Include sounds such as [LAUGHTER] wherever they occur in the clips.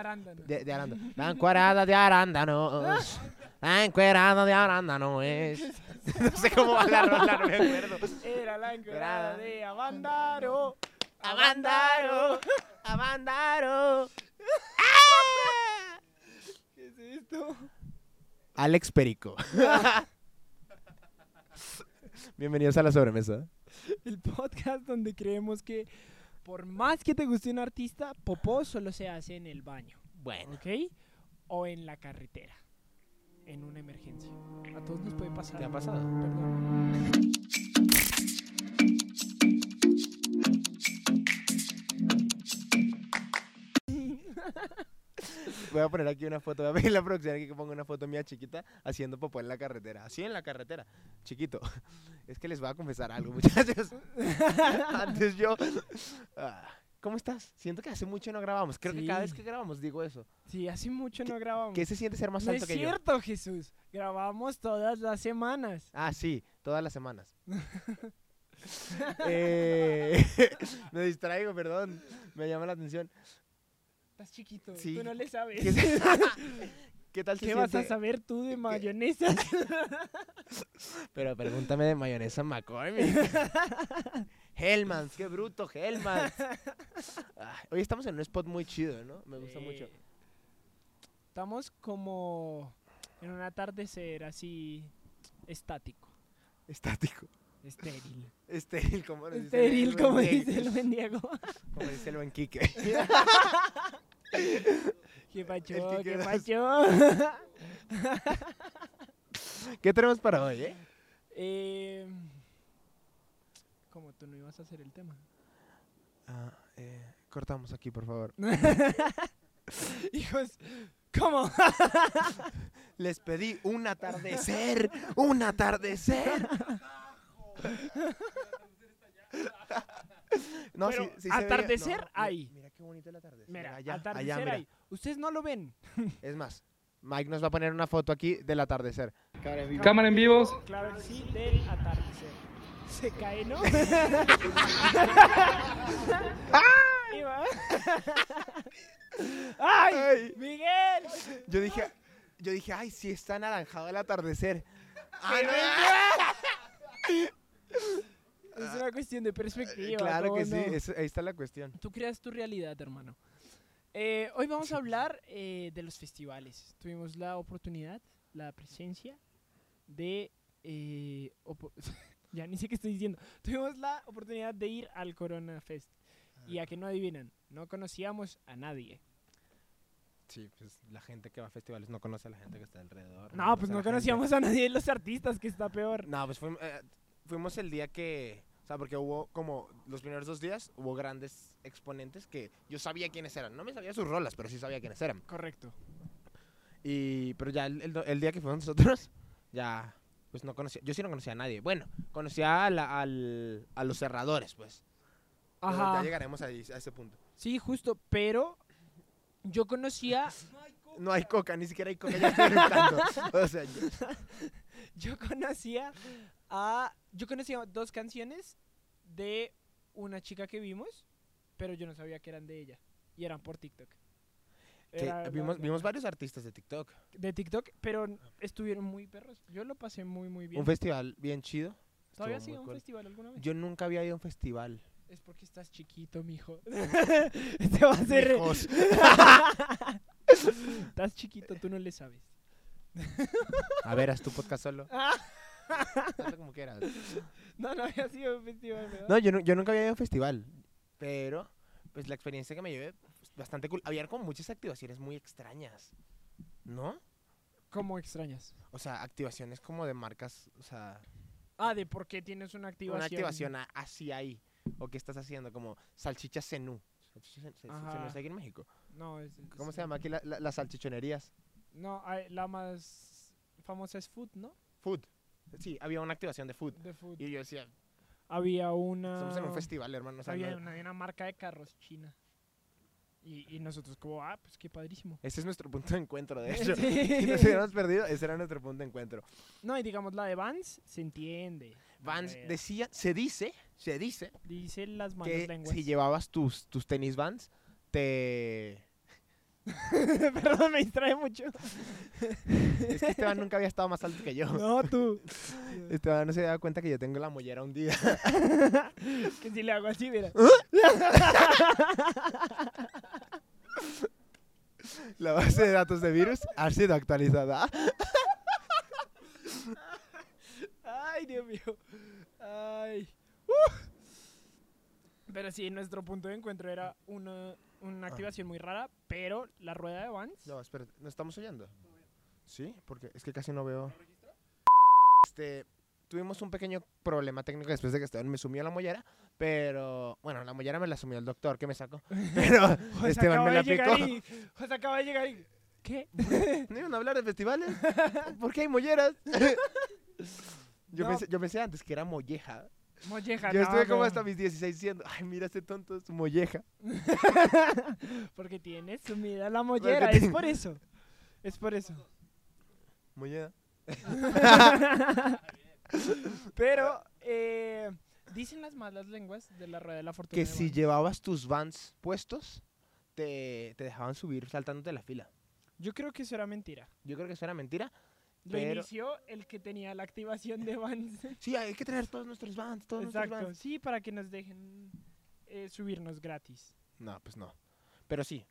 arándano. De, de arándano. La encuerada de arándanos. La encuerada de arándanos [LAUGHS] es. no sé cómo va la rola, no me acuerdo. Era la encuerada Grada. de Abandaro. Abandaro. Abandaro. ¿Qué es esto? Alex Perico. Bienvenidos a la sobremesa. El podcast donde creemos que por más que te guste un artista, popó solo se hace en el baño, Bueno, ¿ok? O en la carretera, en una emergencia. A todos nos puede pasar. ¿te ha pasado? Perdón. Voy a poner aquí una foto, voy a pedir la producción aquí que ponga una foto mía chiquita haciendo popó en la carretera. Así en la carretera, chiquito. [LAUGHS] Es que les voy a confesar algo, [LAUGHS] muchachos. Antes yo... Ah, ¿Cómo estás? Siento que hace mucho no grabamos. Creo que cada vez Sí. que grabamos digo eso. Sí, hace mucho no grabamos. ¿Qué se siente ser más no es alto que yo? cierto, Jesús. Grabamos todas las semanas. Ah, sí, todas las semanas. [LAUGHS] Eh, [LAUGHS] me distraigo, perdón. Me llama la atención. Estás chiquito, Sí. tú no le sabes. [LAUGHS] ¿Qué, ¿Qué, se- [LAUGHS] ¿Qué tal se vas a siente? saber tú de mayonesa? Pero pregúntame de mayonesa McCormick. Hellmans, qué bruto, Hellmans. Ah, Hoy estamos en un spot muy chido, ¿no? Me gusta mucho. Eh, Estamos como en un atardecer así estático, Estático. estéril. Estéril, [LAUGHS] como nos dice el- Estéril, el como buen dice el Diego, buen Diego. Como dice el buen Quique. ¿Qué [LAUGHS] El pacho? Quique ¿Qué Dos. pacho? [LAUGHS] [LAUGHS] ¿Qué tenemos para hoy, eh? Eh, como tú no ibas a hacer el tema. Ah, eh, cortamos aquí, por favor. Hijos, ¿cómo? Les pedí un atardecer, un atardecer. No, Pero, se veía- no, atardecer mira- ahí. Mira qué bonito el atardecer. Mira, allá, allá, atardecer mira. ahí. Ustedes no lo ven. Es más, Mike nos va a poner una foto aquí del atardecer. Cámara en vivos. Claro que sí, del atardecer. Se cae, ¿no? Ahí va. ¡Ay! ¡Miguel! Yo dije, yo dije, ay, sí está anaranjado el atardecer. Ah, [LAUGHS] Es una cuestión de perspectiva. Eh, claro ¿cómo que no? sí, es- ahí está la cuestión. Tú creas tu realidad, hermano. Eh, hoy vamos [LAUGHS] a hablar eh, de los festivales. Tuvimos la oportunidad, la presencia de... eh, opo- [LAUGHS] ya ni sé qué estoy diciendo. Tuvimos la oportunidad de ir al Corona Fest. Y a que no adivinan, no conocíamos a nadie. Sí, pues la gente que va a festivales no conoce a la gente que está alrededor. No, pues conoce a no la gente. [LAUGHS] conocíamos a nadie de los artistas, que está peor. No, pues fuim- eh, fuimos el día que... O sea, porque hubo como los primeros dos días, hubo grandes exponentes que yo sabía quiénes eran. No me sabía sus rolas, pero sí sabía quiénes eran. Correcto. Y, pero ya el, el do- el día que fuimos nosotros, ya, pues no conocía, yo sí no conocía a nadie. Bueno, conocía a, la- al- a los cerradores, pues. Pero Ya Ajá. llegaremos ahí, a ese punto. Sí, justo, pero yo conocía, [LAUGHS] No hay coca, ni siquiera hay coca, ya estoy gritando. O sea, yo- yo conocía a, yo conocía dos canciones de una chica que vimos, pero yo no sabía que eran de ella y eran por TikTok. que Era la- vimos, la- vimos varios artistas de TikTok. de TikTok, pero estuvieron muy perros. Yo lo pasé muy muy bien. Un festival bien chido. ¿Tú habías estuvo ido a muy un cool. festival alguna vez? Yo nunca había ido a [LAUGHS] un festival. Es porque estás chiquito, [LAUGHS] mijo. Te va a hacer re- Mijos. Estás chiquito, tú no le sabes. A ver, haz tu podcast solo. Ah. Hazlo como quieras. No, no [LAUGHS] había sido un festival, ¿verdad? No, yo, nu- yo nunca había ido a un festival, pero pues la experiencia que me llevé pues, bastante cool. Había como muchas activaciones muy extrañas, ¿no? ¿Cómo extrañas? O sea, activaciones como de marcas, o sea, Ah, de por qué tienes una activación. una activación a- así ahí, o qué estás haciendo, como salchicha cenú. ¿Salchicha Zen- Zen- Ajá. Zenú está aquí en México? No, es, es- ¿Cómo es- se llama aquí la- la- las salchichonerías? No, hay- la más famosa es Food, ¿no? Food. Sí, había una activación de food. De Food. Y yo decía, Había una. estamos en un festival, hermano. o sea, Ah. había no- una, una marca de carros china. Y, y nosotros, como, ah, pues qué padrísimo. Ese es nuestro punto de encuentro, [LAUGHS] de hecho. Sí. Si nos hubiéramos perdido, ese era nuestro punto de encuentro. No, y digamos la de Vans, se entiende. Vans Eh, decía, se dice, se dice Dice las malas [LAUGHS] que lenguas. si llevabas tus, tus tenis Vans, te, Perdón, me distrae [LAUGHS] mucho. Es que Esteban nunca había estado más alto que yo. [LAUGHS] No, tú. Esteban no se da cuenta que yo tengo la mollera hundida. que si le hago así, mira. [LAUGHS] La base de datos de virus ha sido actualizada. Ay, Dios mío. Ay. Uh. Pero sí, nuestro punto de encuentro era una, una Ah. activación muy rara, pero la rueda de Vans. No, espérate, ¿no estamos oyendo? Sí, porque es que casi no veo. Este, tuvimos un pequeño problema técnico después de que Esteban me sumió la mollera, pero bueno, la mollera me la sumió el doctor que me sacó, [LAUGHS] [LAUGHS] pero José Esteban Pues acaba me la de llegar picó. y- José acaba de llegar y... ¿Qué? ¿No iban a hablar de [LAUGHS] festivales? ¿Por qué hay molleras? Yo, No. pensé, yo pensé antes que era molleja. Molleja. Yo no, estuve como weón. hasta mis 16 diciendo, ay, mira este tonto, es molleja. Porque tienes sumida la mollera, Porque es te- por eso. Es por eso. Mollera. Pero eh, dicen las malas lenguas de la rueda de la fortuna. que de si Vans. llevabas tus vans puestos, te, te dejaban subir saltándote la fila. Yo creo que eso era mentira. Yo creo que eso era mentira. Lo Pero- inició el que tenía la activación de Vans. Sí, hay que traer todos nuestros vans, todos nuestros Exacto. vans. Sí, para que nos dejen eh, subirnos gratis. No, pues no. Pero sí,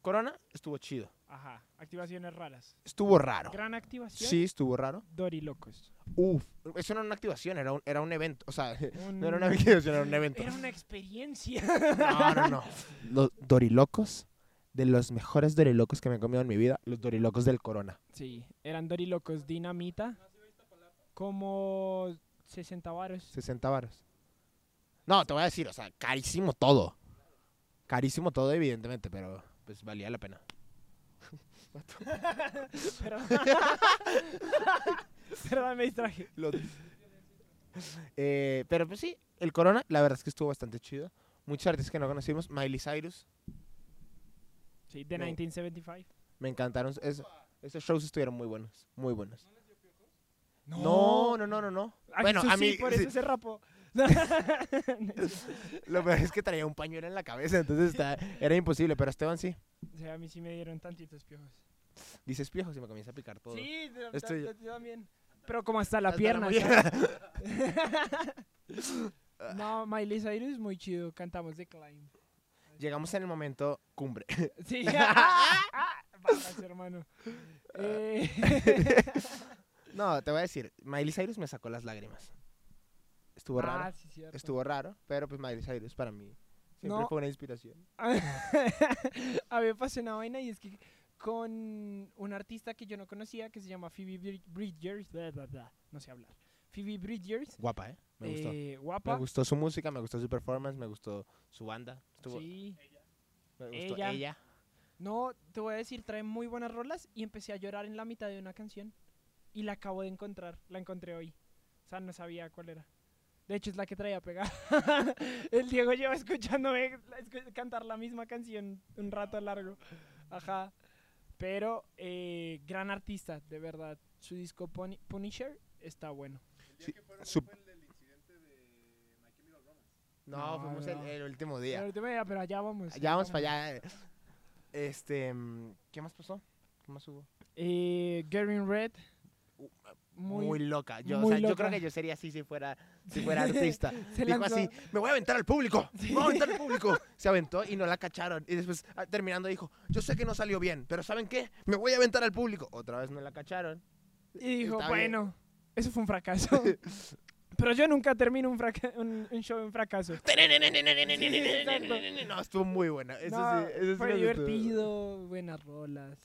Corona estuvo chido. Ajá. Activaciones raras. Estuvo raro. Gran activación. Sí, estuvo raro. Dorilocos. Uf, eso no era una activación, era un, era un evento. O sea, [LAUGHS] no era una Un- activación, era un evento. Era una experiencia. [LAUGHS] No, no, no. Los dorilocos, de los mejores dorilocos que me he comido en mi vida, los dorilocos del Corona. Sí, eran dorilocos dinamita. Como 60 [LAUGHS] varos. 60 varos. No, te voy a decir, o sea, carísimo todo. Carísimo todo, evidentemente, pero pues valía la pena. Pero... [LAUGHS] Perdón, me distraje. [LAUGHS] Eh, pero pues sí, el Corona, la verdad es que estuvo bastante chido. Muchos artistas que no conocimos, Miley Cyrus, Sí, de No. 1975. me encantaron. es- esos shows estuvieron muy buenos, muy buenos. No, No, no, no, no, no. Ah, Bueno, eso a sí, mí por sí, eso se [LAUGHS] rapó. [LAUGHS] lo peor es que traía un pañuelo en la cabeza, entonces está- era imposible, pero Esteban sí. o sea, a mí sí me dieron tantitos piojos. Dices piojo y me comienza a picar todo. Sí, yo Estoy- también. Pero como hasta la Hasta pierna. mollera. ¿sabes? no, Miley Cyrus muy chido. Cantamos de Climb. [LAUGHS] Llegamos en el momento cumbre. [LAUGHS] Sí. Barras, hermano. Ah, Eh, No, te voy a decir, Miley Cyrus me sacó las lágrimas. Estuvo Ah, raro. sí, cierto. [LAUGHS] Estuvo raro, pero pues Miley Cyrus para mí siempre No. fue una inspiración. a mí me pasó una vaina y es que con un artista que yo no conocía que se llama Phoebe Bri- Bridgers, bla, bla, bla, no sé hablar. Phoebe Bridgers, Guapa, ¿eh? Me gustó. eh, Me guapa. gustó su música, me gustó su performance, me gustó su banda. Estuvo, sí. Me gustó Ella. ella. No, te voy a decir, trae muy buenas rolas y empecé a llorar en la mitad de una canción y la acabo de encontrar, la encontré hoy. O sea, no sabía cuál era. De hecho, es la que traía pegada. [LAUGHS] El Diego lleva escuchándome la- escu- cantar la misma canción un rato largo. Ajá. Pero, eh, gran artista, de verdad. Su disco Puni- Punisher está bueno. Su- No, No, fuimos el, no. el último Pero, día. ahorita me- pero allá vamos. Ya vamos para allá. Este, mm, ¿qué más pasó? ¿Qué más hubo? Eh, Getting Red. Uh, Muy, Muy, loca. Yo, o muy sea, yo creo loca. que yo sería así si fuera, si [LAUGHS] fuera artista. Se Dijo lanzó- así, me voy a aventar al público, me voy a aventar al [LAUGHS] público. Se aventó y no la cacharon. Y después, ah, terminando, dijo, yo sé que no salió bien, pero ¿saben qué? Me voy a aventar al público. Otra vez no la cacharon. Y dijo, Está bien. bueno, eso fue un fracaso. [LAUGHS] Pero yo nunca termino un, fraca- un, un show en fracaso. No, estuvo muy buena. Eso No, sí, eso sí fue me gustó. divertido, buenas rolas.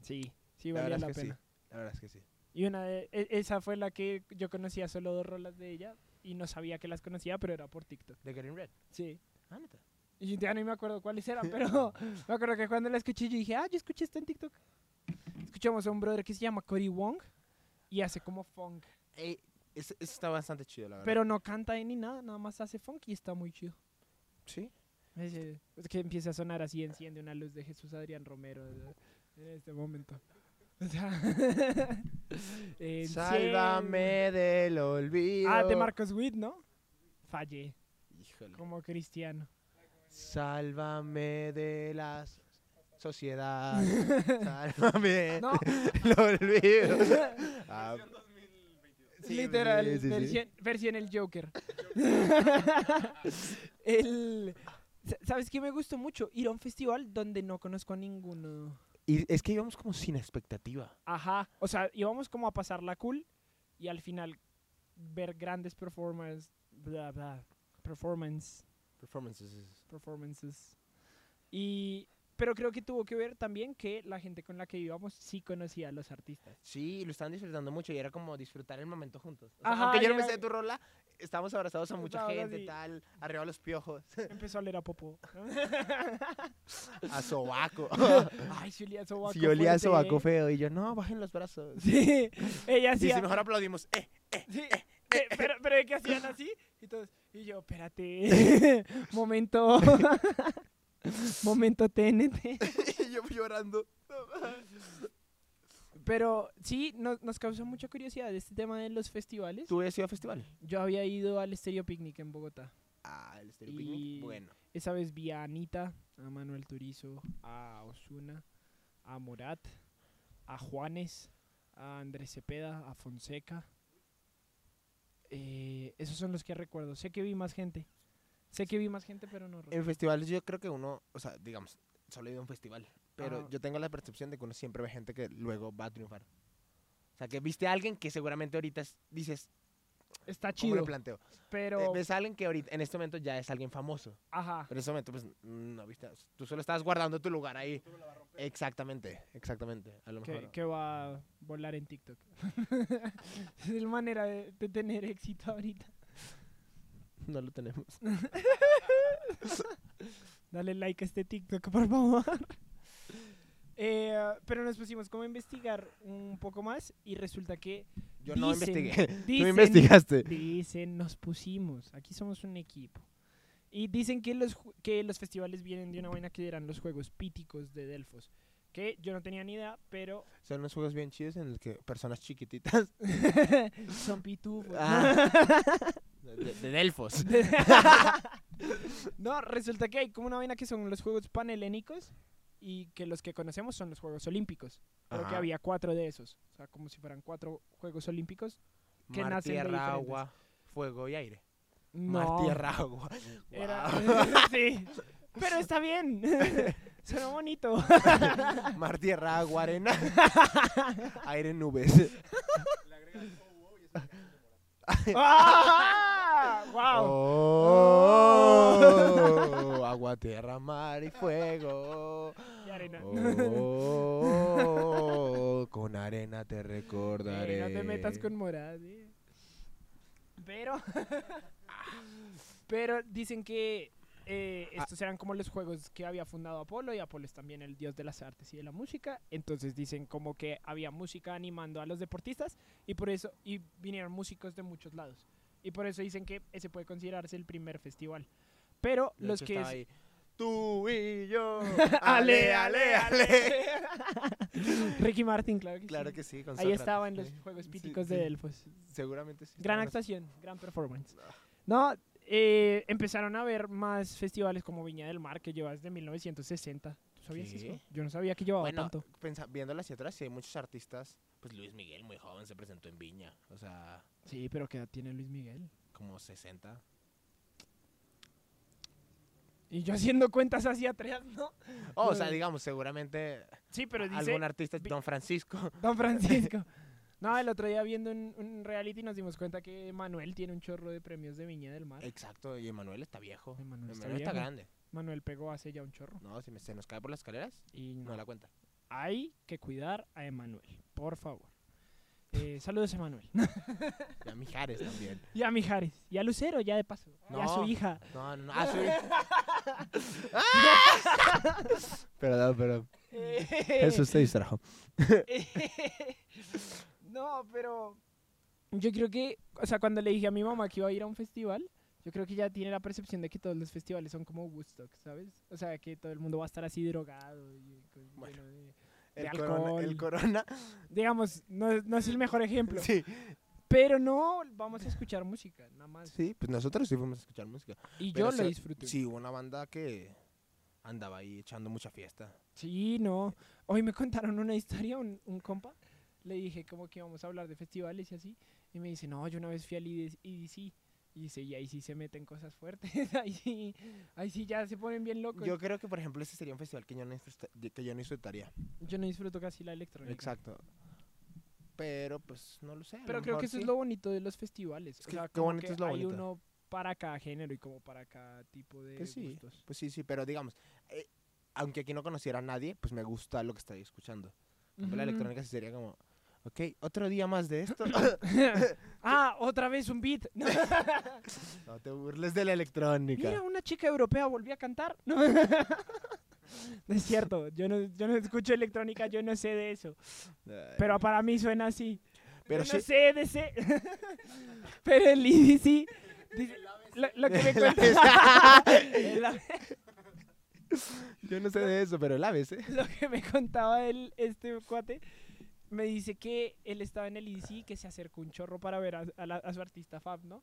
Sí, sí La valía verdad la, es que sí. pena. La verdad es que sí. Y una de, e- esa fue la que yo conocía solo dos rolas de ella y no sabía que las conocía, pero era por TikTok. The Getting Red. Sí. Ah, neta. Y yo ya no me acuerdo cuáles [LAUGHS] eran, pero me acuerdo que cuando la escuché yo dije, ah, yo escuché esta en TikTok. Escuchamos a un brother que se llama Cory Wong y hace como funk. Ey, eso, eso está bastante chido, la verdad. Pero no canta ni nada, nada más hace funk y está muy chido. Sí. Ese- Es que empieza a sonar así, enciende una luz de Jesús Adrián Romero de- en este momento. O sea, [LAUGHS] enciende- Sálvame del olvido. Ah, de Marcos Witt, ¿no? Fallé, Híjole. como cristiano. Sálvame de las Sociedad. [LAUGHS] Sálvame. No. Lo olvido. Ah, [LAUGHS] [LAUGHS] Sí, Literal, sí, sí, sí. versión, versión el [LAUGHS] Joker. [LAUGHS] el, sa- ¿Sabes qué me gustó mucho? Ir a un festival donde no conozco a ninguno. y es que íbamos como sin expectativa. Ajá, o sea, íbamos como a pasar la cool y al final ver grandes performances, bla, bla, performance, Performances. performances. Y, pero creo que tuvo que ver también que la gente con la que íbamos sí conocía a los [LAUGHS] artistas. Sí, lo estaban disfrutando mucho y era como disfrutar el momento juntos. O sea, Ajá, aunque yo y no me era- Pues sé de tu rola, estábamos abrazados a mucha Estábamos gente, así. tal, arriba los piojos, Empezó a leer a Popo. [LAUGHS] a [LAUGHS] sobaco. Ay, si olía a sobaco. Si yo olía a fuerte, sobaco ¿eh? feo y yo, no, bajen los brazos. Sí, ella Y si hacía. mejor aplaudimos, [LAUGHS] eh, Sí, pe- pero, pero de que hacían así. Y, todos- y yo, [LAUGHS] espérate. [LAUGHS] momento. momento TNT. y yo [LAUGHS] llorando. Pero sí, nos, nos causó mucha curiosidad este tema de los festivales. ¿Tú habías ido a festival? Yo había ido al Estéreo Picnic en Bogotá. Ah, el Stereo Y- Picnic. Bueno. Esa vez vi a Anita, a Manuel Turizo, a Osuna, a Morat, a Juanes, a Andrés Cepeda, a Fonseca. Eh, esos son los que recuerdo. Sé que vi más gente. Sé que vi más gente, pero no recuerdo. En festivales yo creo que uno, o sea, digamos, solo he ido a un festival. Pero Ajá. yo tengo la percepción de que uno siempre ve gente que luego va a triunfar. O sea, que viste a alguien que seguramente ahorita es- dices, Está ¿cómo chido, lo planteo? Eh, pero... Ves a alguien que ahorita, en este momento ya es alguien famoso. Ajá. Pero en ese momento, pues, no viste. Tú solo estabas guardando tu lugar ahí. Exactamente, exactamente. A lo Que, mejor. que va a volar en TikTok. [LAUGHS] es la manera de, de tener éxito ahorita. No lo tenemos. [LAUGHS] Dale like a este TikTok, por favor. [LAUGHS] Eh, pero nos pusimos como a investigar un poco más y resulta que Yo no Dicen, investigué. [LAUGHS] Tú dicen- me investigaste. dicen, nos pusimos, aquí somos un equipo. Y dicen que los, ju- que los festivales vienen de una vaina que eran los Juegos Píticos de Delfos, que yo no tenía ni idea, pero Son unos juegos bien chidos en los que personas chiquititas. son pitufos. Ah. [LAUGHS] De, de Delfos. [LAUGHS] no, resulta que hay como una vaina que son los Juegos Panhelénicos y que los que conocemos son los Juegos Olímpicos. Pero que Ajá. había cuatro de esos, o sea, como si fueran cuatro Juegos Olímpicos. que Mar, nacen de tierra, diferentes. agua, fuego y aire. No. Mar, tierra, agua. [LAUGHS] Era- Guau. [LAUGHS] sí. Pero está bien. [LAUGHS] Suena bonito. [LAUGHS] Mar, tierra, agua, arena. aire, nubes. [LAUGHS] ¡Ah! ¡Wow! Oh, agua, tierra, mar y fuego. Y arena. Oh, con arena te Eh, recordaré. no te metas con Morad. eh. Pero. [LAUGHS] pero dicen que eh, Ah. estos eran como los juegos que había fundado Apolo y Apolo es también el dios de las artes y de la música. Entonces dicen como que había música animando a los deportistas y por eso y vinieron músicos de muchos lados. Y por eso dicen que ese puede considerarse el primer festival. Pero De los hecho, que estaba es- ahí, Tú y yo. [LAUGHS] Ale, ale, ale. [LAUGHS] Ricky Martin, claro que Claro sí. que sí, con Ahí Sócrates, estaba en los sí. Juegos Sí, Píticos sí, de Delfos. Seguramente sí. Gran estaban actuación, gran performance. No, eh, empezaron a ver más festivales como Viña del Mar, que lleva desde 1960. ¿Tú sabías ¿Qué? eso? Yo no sabía que llevaba Bueno, tanto. pensa- viéndolo hacia atrás, sí hay muchos artistas. Pues Luis Miguel, muy joven, se presentó en Viña. O sea, Sí, pero ¿qué edad tiene Luis Miguel? como 60. Y yo haciendo cuentas hacia atrás, ¿no? Oh, o sea, Bueno. digamos, seguramente Sí, pero dice algún artista, Vi- Don Francisco. Don [LAUGHS] Francisco. No, el otro día viendo un, un reality nos dimos cuenta que Manuel tiene un chorro de premios de Viña del Mar. Exacto, y Emanuel está viejo. Emanuel Emanuel está está, viejo. grande. Manuel pegó hace ya un chorro. No, si me- se nos cae por las escaleras, Y no, no. la cuenta. Hay que cuidar a Emanuel, por favor. Eh, saludos a Emanuel. Y a Mijares [LAUGHS] también. Y a Mijares. Y a Lucero, ya de paso. Y a su No. [LAUGHS] hija. No, Ah, no, a su [LAUGHS] ¡Ah! Perdón, perdón. se distrajo. [LAUGHS] no, pero yo creo que, o sea, cuando le dije a mi mamá que iba a ir a un festival, yo creo que ya tiene la percepción de que todos los festivales son como Woodstock, ¿sabes? O sea, que todo el mundo va a estar así drogado. y con- Bueno. lleno de- El De corona, alcohol. el [LAUGHS] corona. digamos, no, no es el mejor ejemplo. Sí. Pero no, vamos a escuchar música, nada más. sí, pues nosotros sí fuimos a escuchar música. Y Pero yo lo sí- disfruté. Sí, hubo una banda que andaba ahí echando mucha fiesta. Sí, no. Hoy me [LAUGHS] contaron una historia, un, un compa. Le dije como que íbamos a hablar de festivales y así. Y me dice, no, yo una vez fui al ID IDC. Y dice, y ahí sí se meten cosas fuertes. [LAUGHS] ahí, sí, ahí sí ya se ponen bien locos. Yo creo que, por ejemplo, ese sería un festival que yo no, disfruta- que yo no disfrutaría. Yo no disfruto casi la electrónica. Exacto. Pero, pues, no lo sé. a lo Pero creo mejor que eso es sí. lo bonito de los festivales. Es o que sea, qué como bonito que es lo hay bonito. uno para cada género y como para cada tipo de Pues sí. gustos. Pues sí, sí, pero digamos, eh, aunque aquí no conociera a nadie, pues me gusta lo que estoy escuchando. En cambio, La Ujú. electrónica sí sería como, ok, otro día más [COUGHS] de esto. [COUGHS] [LAUGHS] ah, otra vez un beat. No, no te burles de la electrónica. mira, una chica europea volvió a cantar. [LAUGHS] No. No es cierto, yo no, yo no escucho electrónica, yo no sé de eso. Ay, Pero para mí suena así. pero yo no sí, sé de ese. [LAUGHS] Pero el IDC. dice- Lo, lo [LAUGHS] que me cuenta- El A- yo no sé de eso, pero ¿eh? el [LAUGHS] ABC. lo que me contaba él, este cuate, me dice que él estaba en el IDC, que se acercó un chorro para ver a, a la- a su artista Fab, ¿no?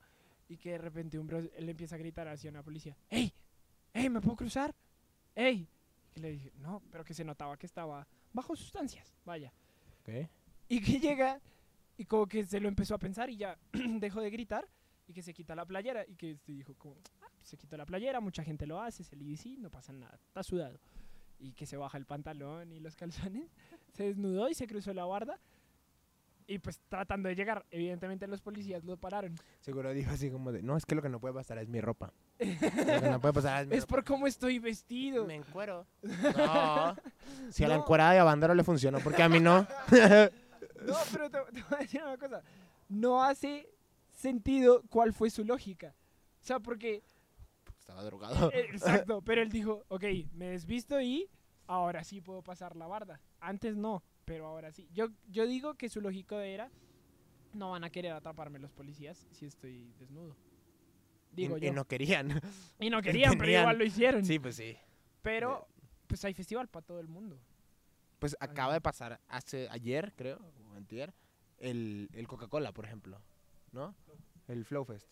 Y que de repente un bro, él empieza a gritar hacia una policía, ¡Ey! ¡Ey! ¿Me puedo cruzar? ¡Ey! Y le dije, no, pero que se notaba que estaba bajo sustancias, vaya. Y que [LAUGHS] llega y como que se lo empezó a pensar y ya [CLEARS THROAT] dejó de gritar y que se quita la playera y que este dijo como, "Ah, pues se quitó la playera, mucha gente lo hace, es el IDC, no pasa nada, está sudado. Y que se baja el pantalón y los [LAUGHS] calzones, se desnudó y se cruzó la barda. Y pues tratando de llegar, evidentemente los policías lo pararon. Seguro dijo así como de, no, es que lo que no puede pasar es mi ropa. [LAUGHS] Lo que no puede pasar es mi Es ropa. por cómo estoy vestido. [LAUGHS] Me encuero. No. Si a la No. encuerada de Abandero le funcionó, porque a mí no. No, pero te, [LAUGHS] te voy a decir una cosa. No hace sentido cuál fue su lógica. O sea, porque Estaba drogado. Eh, Exacto, pero él dijo, ok, me desvisto y ahora sí puedo pasar la barda. Antes no, pero ahora sí. Yo, yo digo que su lógico era, no van a querer atraparme los policías si estoy desnudo. [LAUGHS] Digo y, yo. y no [LAUGHS] querían. Y no querían, pero tenían. igual lo hicieron. Sí, Eh. pues sí. Pero pues hay festival para todo el [LAUGHS] mundo. Pues acaba de pasar hace ayer, creo, o antier, el, el Coca-Cola, por ejemplo, ¿no? El Flowfest.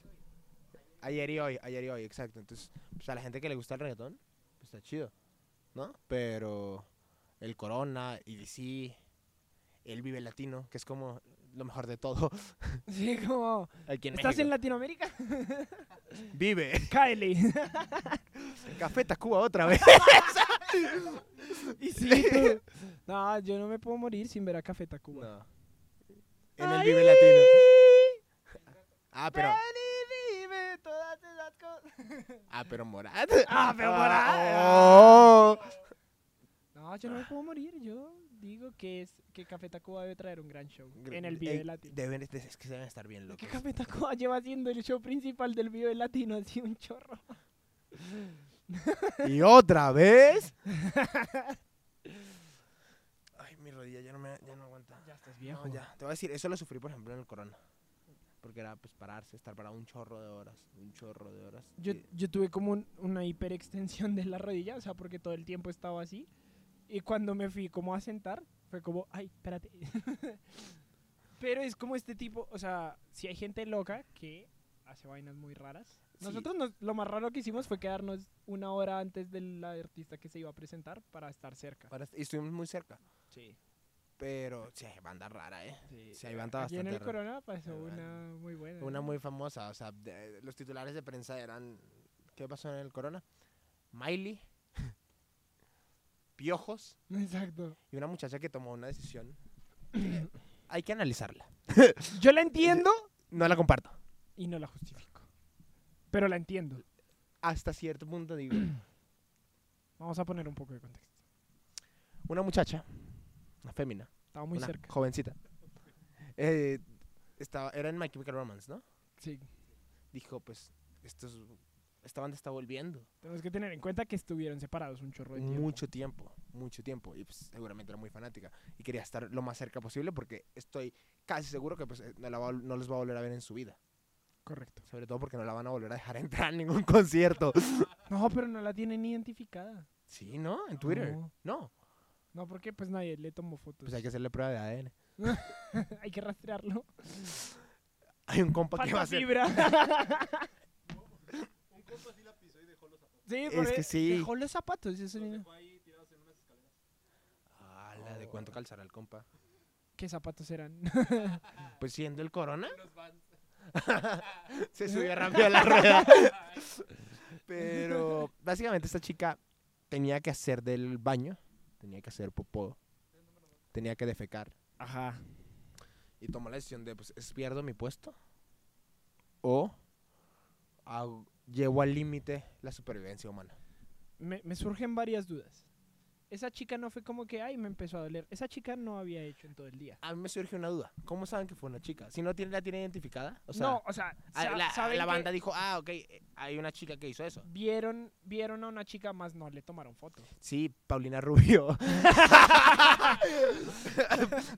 Ayer y hoy, ayer y hoy, exacto. Entonces, pues a la gente que le gusta el reggaetón, pues está chido, ¿no? Pero el Corona, IDC, el Vive Latino, que es como lo mejor de todo. [LAUGHS] Sí, como, Aquí en ¿estás en México. Latinoamérica? [LAUGHS] Vive. [LAUGHS] Cáele. Café Tacuba otra vez. y sí, tú. No, yo no me puedo morir sin ver a Café Tacuba. No. En el Ahí Vive Latino. Ah, pero, Ven y dime todas esas cosas. ah, pero Morat. Ah, pero Morat. Oh. No, yo no me puedo morir. Yo digo que es que Café Tacuba debe traer un gran show Gr- en el ey, Vive Latino. Deben, es es que deben estar bien Es que locos. Café Tacuba lleva haciendo el show principal del Vive Latino así un chorro. ¿Y [LAUGHS] otra vez? Ay, mi rodilla ya no, me, ya no aguanta. Ya estás No, ya. Te voy a decir, eso lo sufrí, por ejemplo, en el corona. Porque era, pues, pararse, estar parado un chorro de horas. Un chorro de horas. Yo, y- yo tuve como un- una hiperextensión de la rodilla, o sea, porque todo el tiempo estaba así. Y cuando me fui como a sentar, fue como, ay, espérate. [LAUGHS] Pero es como este tipo, o sea, si hay gente loca que hace vainas muy raras. Sí. Nosotros nos- lo más raro que hicimos fue quedarnos una hora antes de la artista que se iba a presentar para estar cerca. para- y estuvimos muy cerca. Sí. Pero, sí, hay banda rara, ¿eh? Sí, Se levantaba Aquí en bastante el raro. Corona pasó Raro. una muy buena. Una muy famosa. O sea, de- los titulares de prensa eran... ¿Qué pasó en el corona? Miley. Piojos. [LAUGHS] [LAUGHS] Exacto. y una muchacha que tomó una decisión. [COUGHS] que Hay que analizarla. Yo la entiendo No la comparto. y no la justifico. Pero la entiendo. Hasta cierto [COUGHS] punto digo, Vamos a poner un poco de contexto. una muchacha, una fémina, Estaba muy una cerca. jovencita, eh, estaba, era en My Chemical Romance, ¿no? Sí. Dijo, pues, estos, esta banda está volviendo. Tenemos que tener en cuenta que estuvieron separados un chorro de tiempo. Mucho tiempo, mucho tiempo. Y pues, seguramente era muy fanática. Y quería estar lo más cerca posible porque estoy casi seguro que pues, eh, no, la va a vol- no los va a volver a ver en su vida. Correcto. Sobre todo porque no la van a volver a dejar [LAUGHS] entrar a ningún concierto. No, pero no la tienen identificada. Sí, ¿no? En Twitter. No. No. No, porque pues nadie le tomó fotos. Pues hay que hacerle prueba de ADN. [LAUGHS] Hay que rastrearlo. Hay un compa que va Falta a hacer. fibra. Sí, Es por que e- sí. Dejó los zapatos. eso sí. ¿Cuánto calzará el compa? ¿Qué zapatos eran? [LAUGHS] Pues siendo el corona. [LAUGHS] [LAUGHS] se subió rápido a la rueda. Pero básicamente esta chica tenía que hacer del baño, tenía que hacer popó, tenía que defecar. Ajá. Y tomó la decisión de, pues, ¿es- pierdo mi puesto o hago- llevo al límite la supervivencia humana. Me, me surgen varias dudas. Esa chica no fue como que, ay, me empezó a doler. Esa chica no había hecho en todo el día. A mí me surge una duda. ¿Cómo saben que fue una chica? Si no tiene, la tiene identificada. O sea, no, o sea, a- sa- la, saben la que banda dijo, ah, ok, eh, hay una chica que hizo eso. vieron, vieron a una chica más, no le tomaron foto. Sí, Paulina Rubio. [LAUGHS]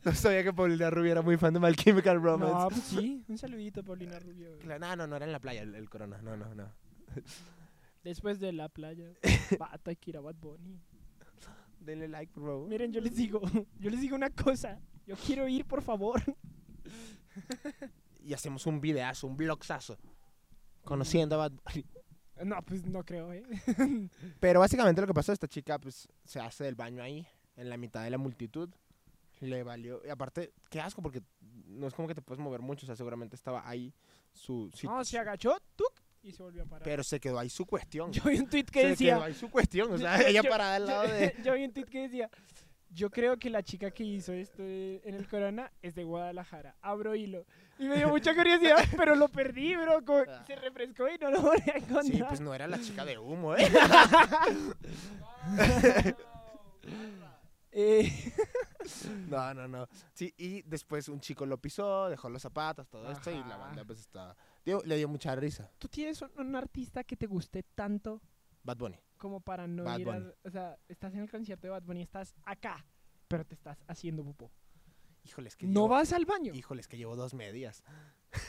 no sabía que Paulina Rubio era muy fan de My Chemical Romance. No, pues sí, [LAUGHS] un saludito, Paulina Rubio. Claro, No, no, no era en la playa el, el corona. No, no, no. Después de la [LAUGHS] playa, va a Shakira, Bad Bunny. Denle like, por favor. Miren, yo les digo, [LAUGHS] yo les digo una cosa. Yo quiero ir, por favor. [LAUGHS] Y hacemos un videazo, un vlogsazo. Conociendo a Bad Bunny. No, pues no creo, ¿eh? Pero básicamente lo que pasó, esta chica pues se hace del baño ahí, en la mitad de la multitud. Le valió. Y aparte, qué asco, porque no es como que te puedes mover mucho. O sea, seguramente estaba ahí su. si- No, se agachó, ¡tuc! y se volvió a parar. Pero se quedó ahí su cuestión. yo vi un tweet que se decía, quedó ahí su cuestión. O sea, Yo- ella yo- parada al lado yo, de. [LAUGHS] yo vi un tweet que decía, yo creo que la chica que hizo esto de- en el Corona es de Guadalajara. Abro hilo. Y me dio mucha curiosidad, [LAUGHS] pero lo perdí, bro. como- se refrescó y no lo volví a encontrar. Ah. Sí, pues no era la chica de humo, [LAUGHS] ¿eh? [LAUGHS] Eh, No, no, no. Sí, y después un chico lo pisó, dejó los zapatos, todo esto, y la Ajá. banda pues estaba... Digo, le dio mucha risa. ¿Tú tienes un, un artista que te guste tanto Bad Bunny. como para no Bad ir a- Bunny. O sea, estás en el concierto de Bad Bunny, estás acá, pero te estás haciendo pupo. Híjoles, que ¿No llevo, vas al baño? Híjoles, que llevo dos medias. [LAUGHS]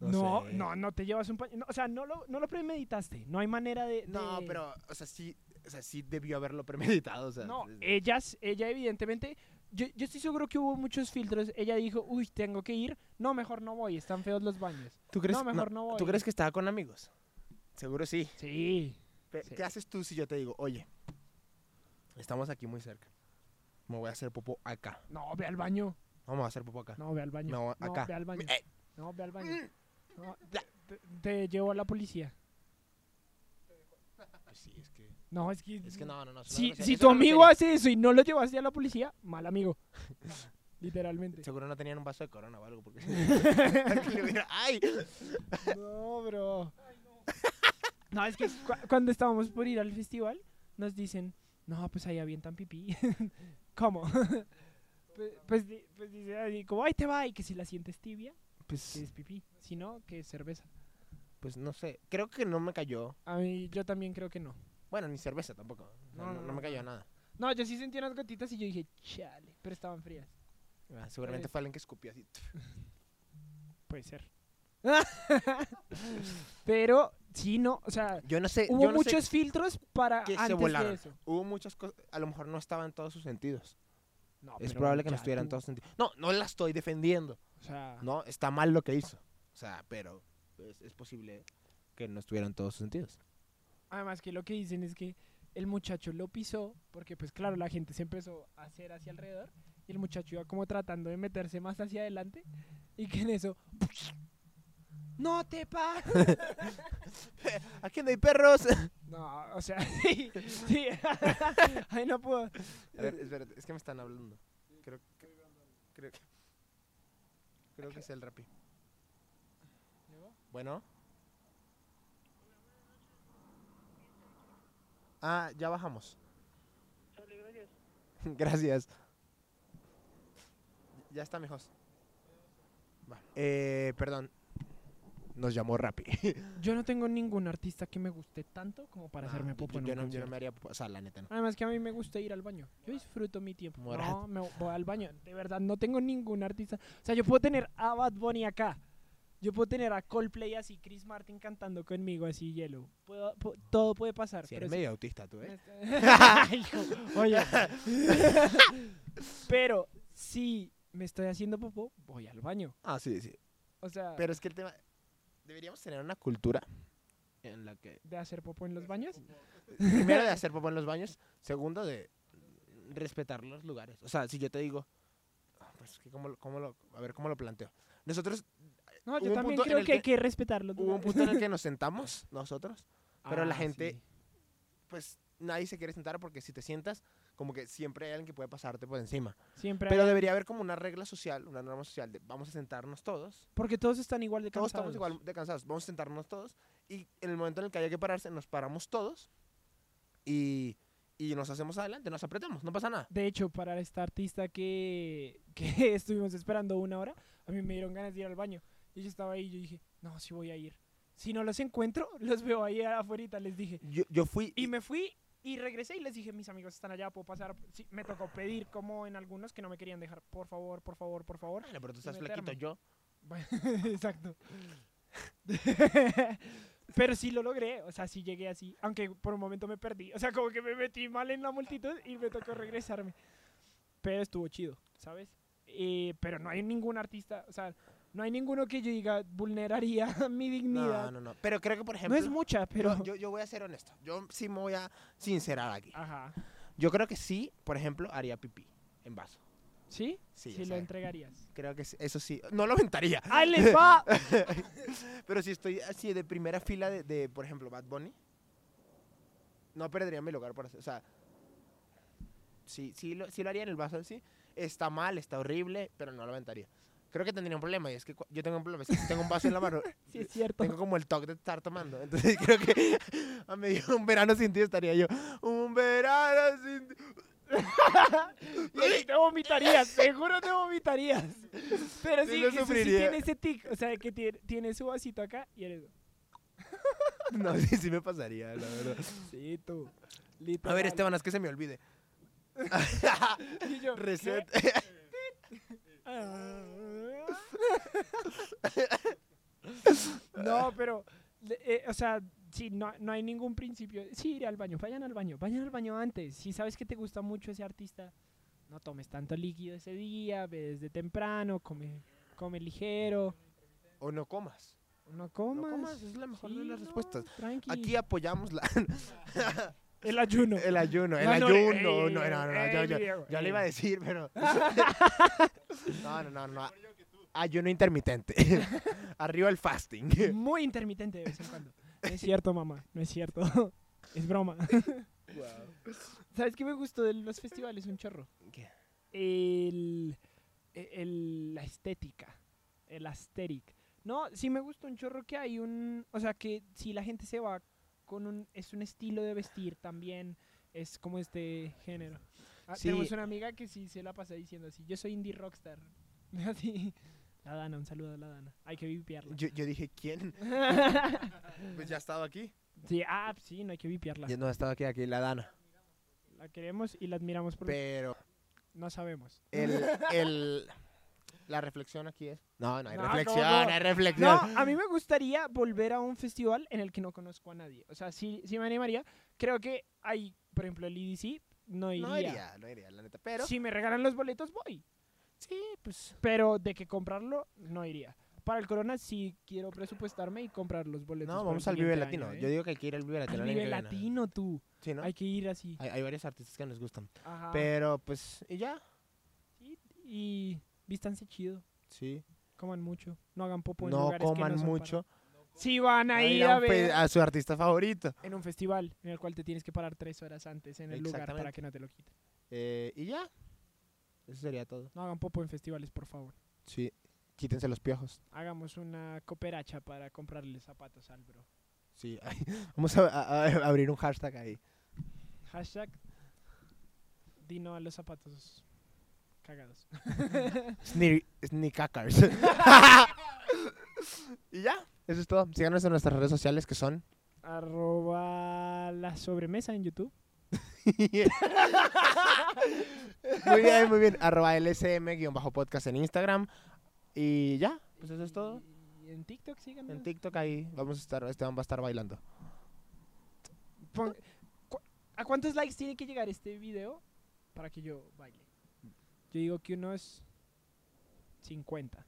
No, sé. no, no te llevas un pañuelo. o sea, no lo, no lo premeditaste. No hay manera de. No, de- pero, o sea, sí, o sea, sí debió haberlo premeditado, o sea... No, eh, es- ellas, ella evidentemente. Yo, yo estoy seguro que hubo muchos filtros. Ella dijo, uy, tengo que ir. No, mejor no voy, están feos los baños. ¿Tú crees, no, mejor no voy. ¿Tú crees que estaba con amigos? Seguro sí. Sí. Pe- Sí. ¿Qué haces tú si yo te digo, oye, estamos aquí muy cerca, me voy a hacer popo acá, No, ve al baño. vamos a hacer popo acá? No, ve al baño. No, No, acá. ve al baño. Eh, No, ve al baño. No, te, te llevo a la policía. Pues sí, es que... No, es que. Es que no, no, no. es una Si, grosería, si es tu una amigo grosería. hace eso y no lo llevaste a la policía, mal [LAUGHS] amigo. Literalmente. Seguro no tenían un vaso de corona [LAUGHS] o algo, porque... [LAUGHS] porque le hubiera- ¡Ay! No, bro. No, es que cu- cuando estábamos por ir al festival, nos dicen, no, pues ahí avientan pipí. [LAUGHS] [LAUGHS] ¿Cómo? Pues, pues, di- pues dice así, como, ahí te va, y que si la sientes tibia, que Pues, es pipí. Si no, que es cerveza. pues no sé. Creo que no me cayó... A mí, yo también creo que no. Bueno, ni cerveza tampoco. O sea, No, no, no, no me no. Ah, cayó nada. No, yo sí sentí unas gotitas y yo dije, chale, pero estaban frías. Ah, seguramente Pues- fue alguien que escupió así. Puede ser. [LAUGHS] pero, sí, no, o sea, Yo no sé... hubo Eh, yo no sé- muchos filtros para que se antes de volaron. eso. Hubo muchas cosas... A lo mejor no estaba en todos sus sentidos. No, Ah, es pero probable que ya no estuviera tú, en Ah. todos sus sentidos. No, no la estoy defendiendo. O sea, No, está mal lo que hizo. O sea, pero pues, es posible que no estuviera en todos sus sentidos. [LAUGHS] Además que lo que dicen es que el muchacho lo pisó, porque pues claro, la gente se empezó a hacer hacia alrededor y el muchacho iba como tratando de meterse más hacia adelante y que en eso... [LAUGHS] ¡No te pa! Aquí no hay perros. No, o sea, [LAUGHS] sí, sí. [LAUGHS] Ay, no puedo. A ver, espérate, es que me están hablando. Creo que. Creo que, creo que es el rapi. Bueno. Ah, ya bajamos. [LAUGHS] gracias. Ya está, mijos. Va. Eh, perdón. Nos llamó Rappi. Yo no tengo ningún artista que me guste tanto como para Ah, hacerme yo- popo en yo un no, yo no concierto. me haría popo. O sea, la neta no. Además que a mí me gusta ir al baño. Yo disfruto mi tiempo. Morat. No, me voy al baño. De verdad, no tengo ningún artista. O sea, yo puedo tener a Bad Bunny acá. Yo puedo tener a Coldplay así, Chris Martin cantando conmigo así, Yellow. Puedo- pu- todo puede pasar. Si pero eres si- medio autista tú, [LAUGHS] ¿eh? Hijo, [LAUGHS] Oye. pero si me estoy haciendo popó, voy al baño. Ah, sí, sí. O sea, Pero es que el tema. Deberíamos tener una cultura en la [LAUGHS] que de hacer popo en los baños. primero de hacer popó en los baños, segundo de respetar los lugares. O sea, si yo te digo, ah, pues que cómo, lo- cómo lo, a ver cómo lo planteo. Nosotros No, Hubo yo un también punto en creo el que hay que- que respetarlo. Ah, hubo un punto en el que nos sentamos nosotros, pero la gente- pues nadie se quiere sentar porque si te sientas como que siempre hay alguien que puede pasarte por encima. Siempre. Pero hay- debería haber como una regla social, una norma social de vamos a sentarnos todos. Porque todos están igual de Todos cansados. estamos igual de cansados. Vamos a sentarnos todos y en el momento en el que haya que pararse nos paramos todos y, y nos hacemos adelante, nos apretamos, no pasa nada. De hecho, para esta artista que, [LAUGHS] que estuvimos esperando una hora, a mí me dieron ganas de ir al baño. Y yo estaba ahí y yo dije, no, sí voy a ir. Si no los encuentro, [LAUGHS] los veo ahí afuera, les dije. Yo, yo fui Y me fui y regresé y les dije, mis amigos están allá, puedo pasar. Sí, me tocó pedir como en algunos que no me querían dejar, por favor, por favor, por favor. Bueno, pero tú y estás meterme. flaquito, yo. Bueno, [LAUGHS] Exacto. Pero sí lo logré, o sea, sí llegué así, aunque por un momento me perdí, o sea, como que me metí mal en la multitud y me tocó regresarme. Pero estuvo chido, ¿sabes? Eh, pero no hay ningún artista, o sea, no hay ninguno que yo diga vulneraría [LAUGHS] mi dignidad. No, No, no, no. Pero creo que, por ejemplo, es mucha, pero... yo, yo, yo voy a ser honesto. Yo sí me voy a sincerar aquí. Ajá. Yo creo que sí, por ejemplo, haría pipí en vaso. ¿Sí? Sí, sí o lo sea, entregarías. creo que sí, eso sí. No lo aventaría. ¡Ahí les [LAUGHS] va! Pero si estoy así de primera fila de, de, por ejemplo, Bad Bunny, no perdería mi lugar por hacer. O sea, sí, sí, lo, sí lo haría en el vaso en sí. Está mal, está horrible, pero no lo aventaría. Creo que tendría un problema y es que cu- yo tengo un problema. es que si tengo un vaso en la mano, [LAUGHS] Sí, es cierto. tengo como el toque de estar tomando. Entonces [LAUGHS] creo que a medio un verano sin ti estaría yo. Un verano sin ti. Y ahí te vomitarías, seguro te vomitarías. Pero Sí sí, lo Jesús sí sufriría. tiene ese tic, o sea, que tiene, tiene su vasito acá y eres... No, [LAUGHS] sí, sí me pasaría, la verdad. Sí, tú. A ver, este Literal. Esteban, es que se me olvide. [LAUGHS] Y yo, ¿qué? [LAUGHS] Reset. Ah. [LAUGHS] no, pero, le- eh, o sea, sí, no, no hay ningún principio. Sí, iré al baño, vayan al baño, vayan al baño antes. Si sabes que te gusta mucho ese artista, no tomes tanto líquido ese día, ve desde temprano, come, come ligero, O no comas. no comas. comas, es la mejor de las respuestas. tranqui. Aquí apoyamos la- el ayuno. [LAUGHS] el ayuno, el No, eh, no, ayuno. ey, no, no, no, no, ey, yo, yo- Diego, yo le ey. iba a decir, [LAUGHS] pero. [LAUGHS] No, no, no, no. Ayuno intermitente. [LAUGHS] Arriba el fasting. [LAUGHS] Muy intermitente de vez en cuando. No [LAUGHS] es cierto, mamá, no es cierto. [LAUGHS] es broma. ¿Sabes qué me gustó de los festivales? Un chorro. ¿Qué? El, e, el- la estética. El aesthetic. No, sí me gustó un chorro que hay un... O sea, que si la gente se va con un... Es un estilo de vestir también. Es como este género. Ah, Sí. Tenemos una amiga que sí se la pasa diciendo así. Yo soy indie rockstar. [LAUGHS] Así. La Dana, un saludo a la Dana. Hay que vipiarla. Yo, yo dije, [LAUGHS] ¿quién? Pues ya ha estado aquí. sí, ah, sí, no hay que vipiarla. Ya no ha estado aquí, aquí la Dana. La queremos y la admiramos porque Pero no sabemos. el, el- la reflexión aquí es. No, no hay No, reflexión, no, no. hay No, reflexión. a mí me gustaría volver a un festival en el que no conozco a nadie. O sea, sí, sí me animaría. Creo que hay, por ejemplo, el EDC, no iría. No iría, no iría, la neta. Pero Si me regalan los boletos, voy. sí, pues. Pero de que comprarlo, no iría. Para el Corona sí quiero presupuestarme y comprar los boletos. No, para vamos el al Vive siguiente Latino. año, ¿eh? Yo digo que hay que ir al Vive Al Latino. el año Vive que viene. Latino, tú. Sí, ¿no? Hay que ir así. Hay, hay varios artistas que nos gustan. Ajá. Pero pues, y ya. Y, y vístanse chido. Sí. Coman mucho. No hagan popo en Pues No lugares que coman no son mucho. para- Si van a No ir ir a un pe- ver. a su artista favorito. en un festival en el cual te tienes que parar tres horas antes en el lugar para Exactamente. que no te lo quiten. Eh, y ya. Eso sería todo. No hagan popo en festivales, por favor. Sí. Quítense los piojos. Hagamos una cooperacha para comprarle zapatos al bro. [LAUGHS] Sí. [LAUGHS] Vamos a, a- a abrir un hashtag ahí. Hashtag Dino a los zapatos cagados. [LAUGHS] Sneer- Sneakakars. [LAUGHS] y ya. Eso es todo. Síganos en nuestras redes sociales que [LAUGHS] son. Arroba la sobremesa en YouTube. muy bien, muy bien. Arroba LSM-podcast en Instagram. Y ya. Pues eso es todo. Y en TikTok síganme. En TikTok ahí vamos a estar, Esteban va a estar bailando. Pon- cu- ¿A cuántos likes tiene que llegar este video para que yo baile? Yo digo que unos 50.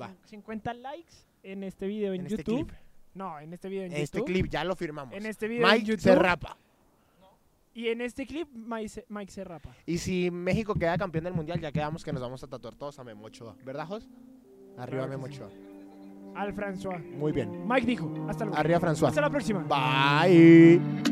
Va. Cin- 50 likes en este video en, en este YouTube. clip. No, en este video en Este YouTube. clip ya lo firmamos. en este video en Mike YouTube. se rapa. Y en este clip Mike se, Mike se rapa. Y si México queda campeón del mundial, ya quedamos que nos vamos a tatuar todos a Memochoa. ¿Verdad, Jos? Arriba Claro que Memochoa. Al François. Muy bien. Mike dijo, hasta luego. Arriba François. Hasta la próxima. Bye.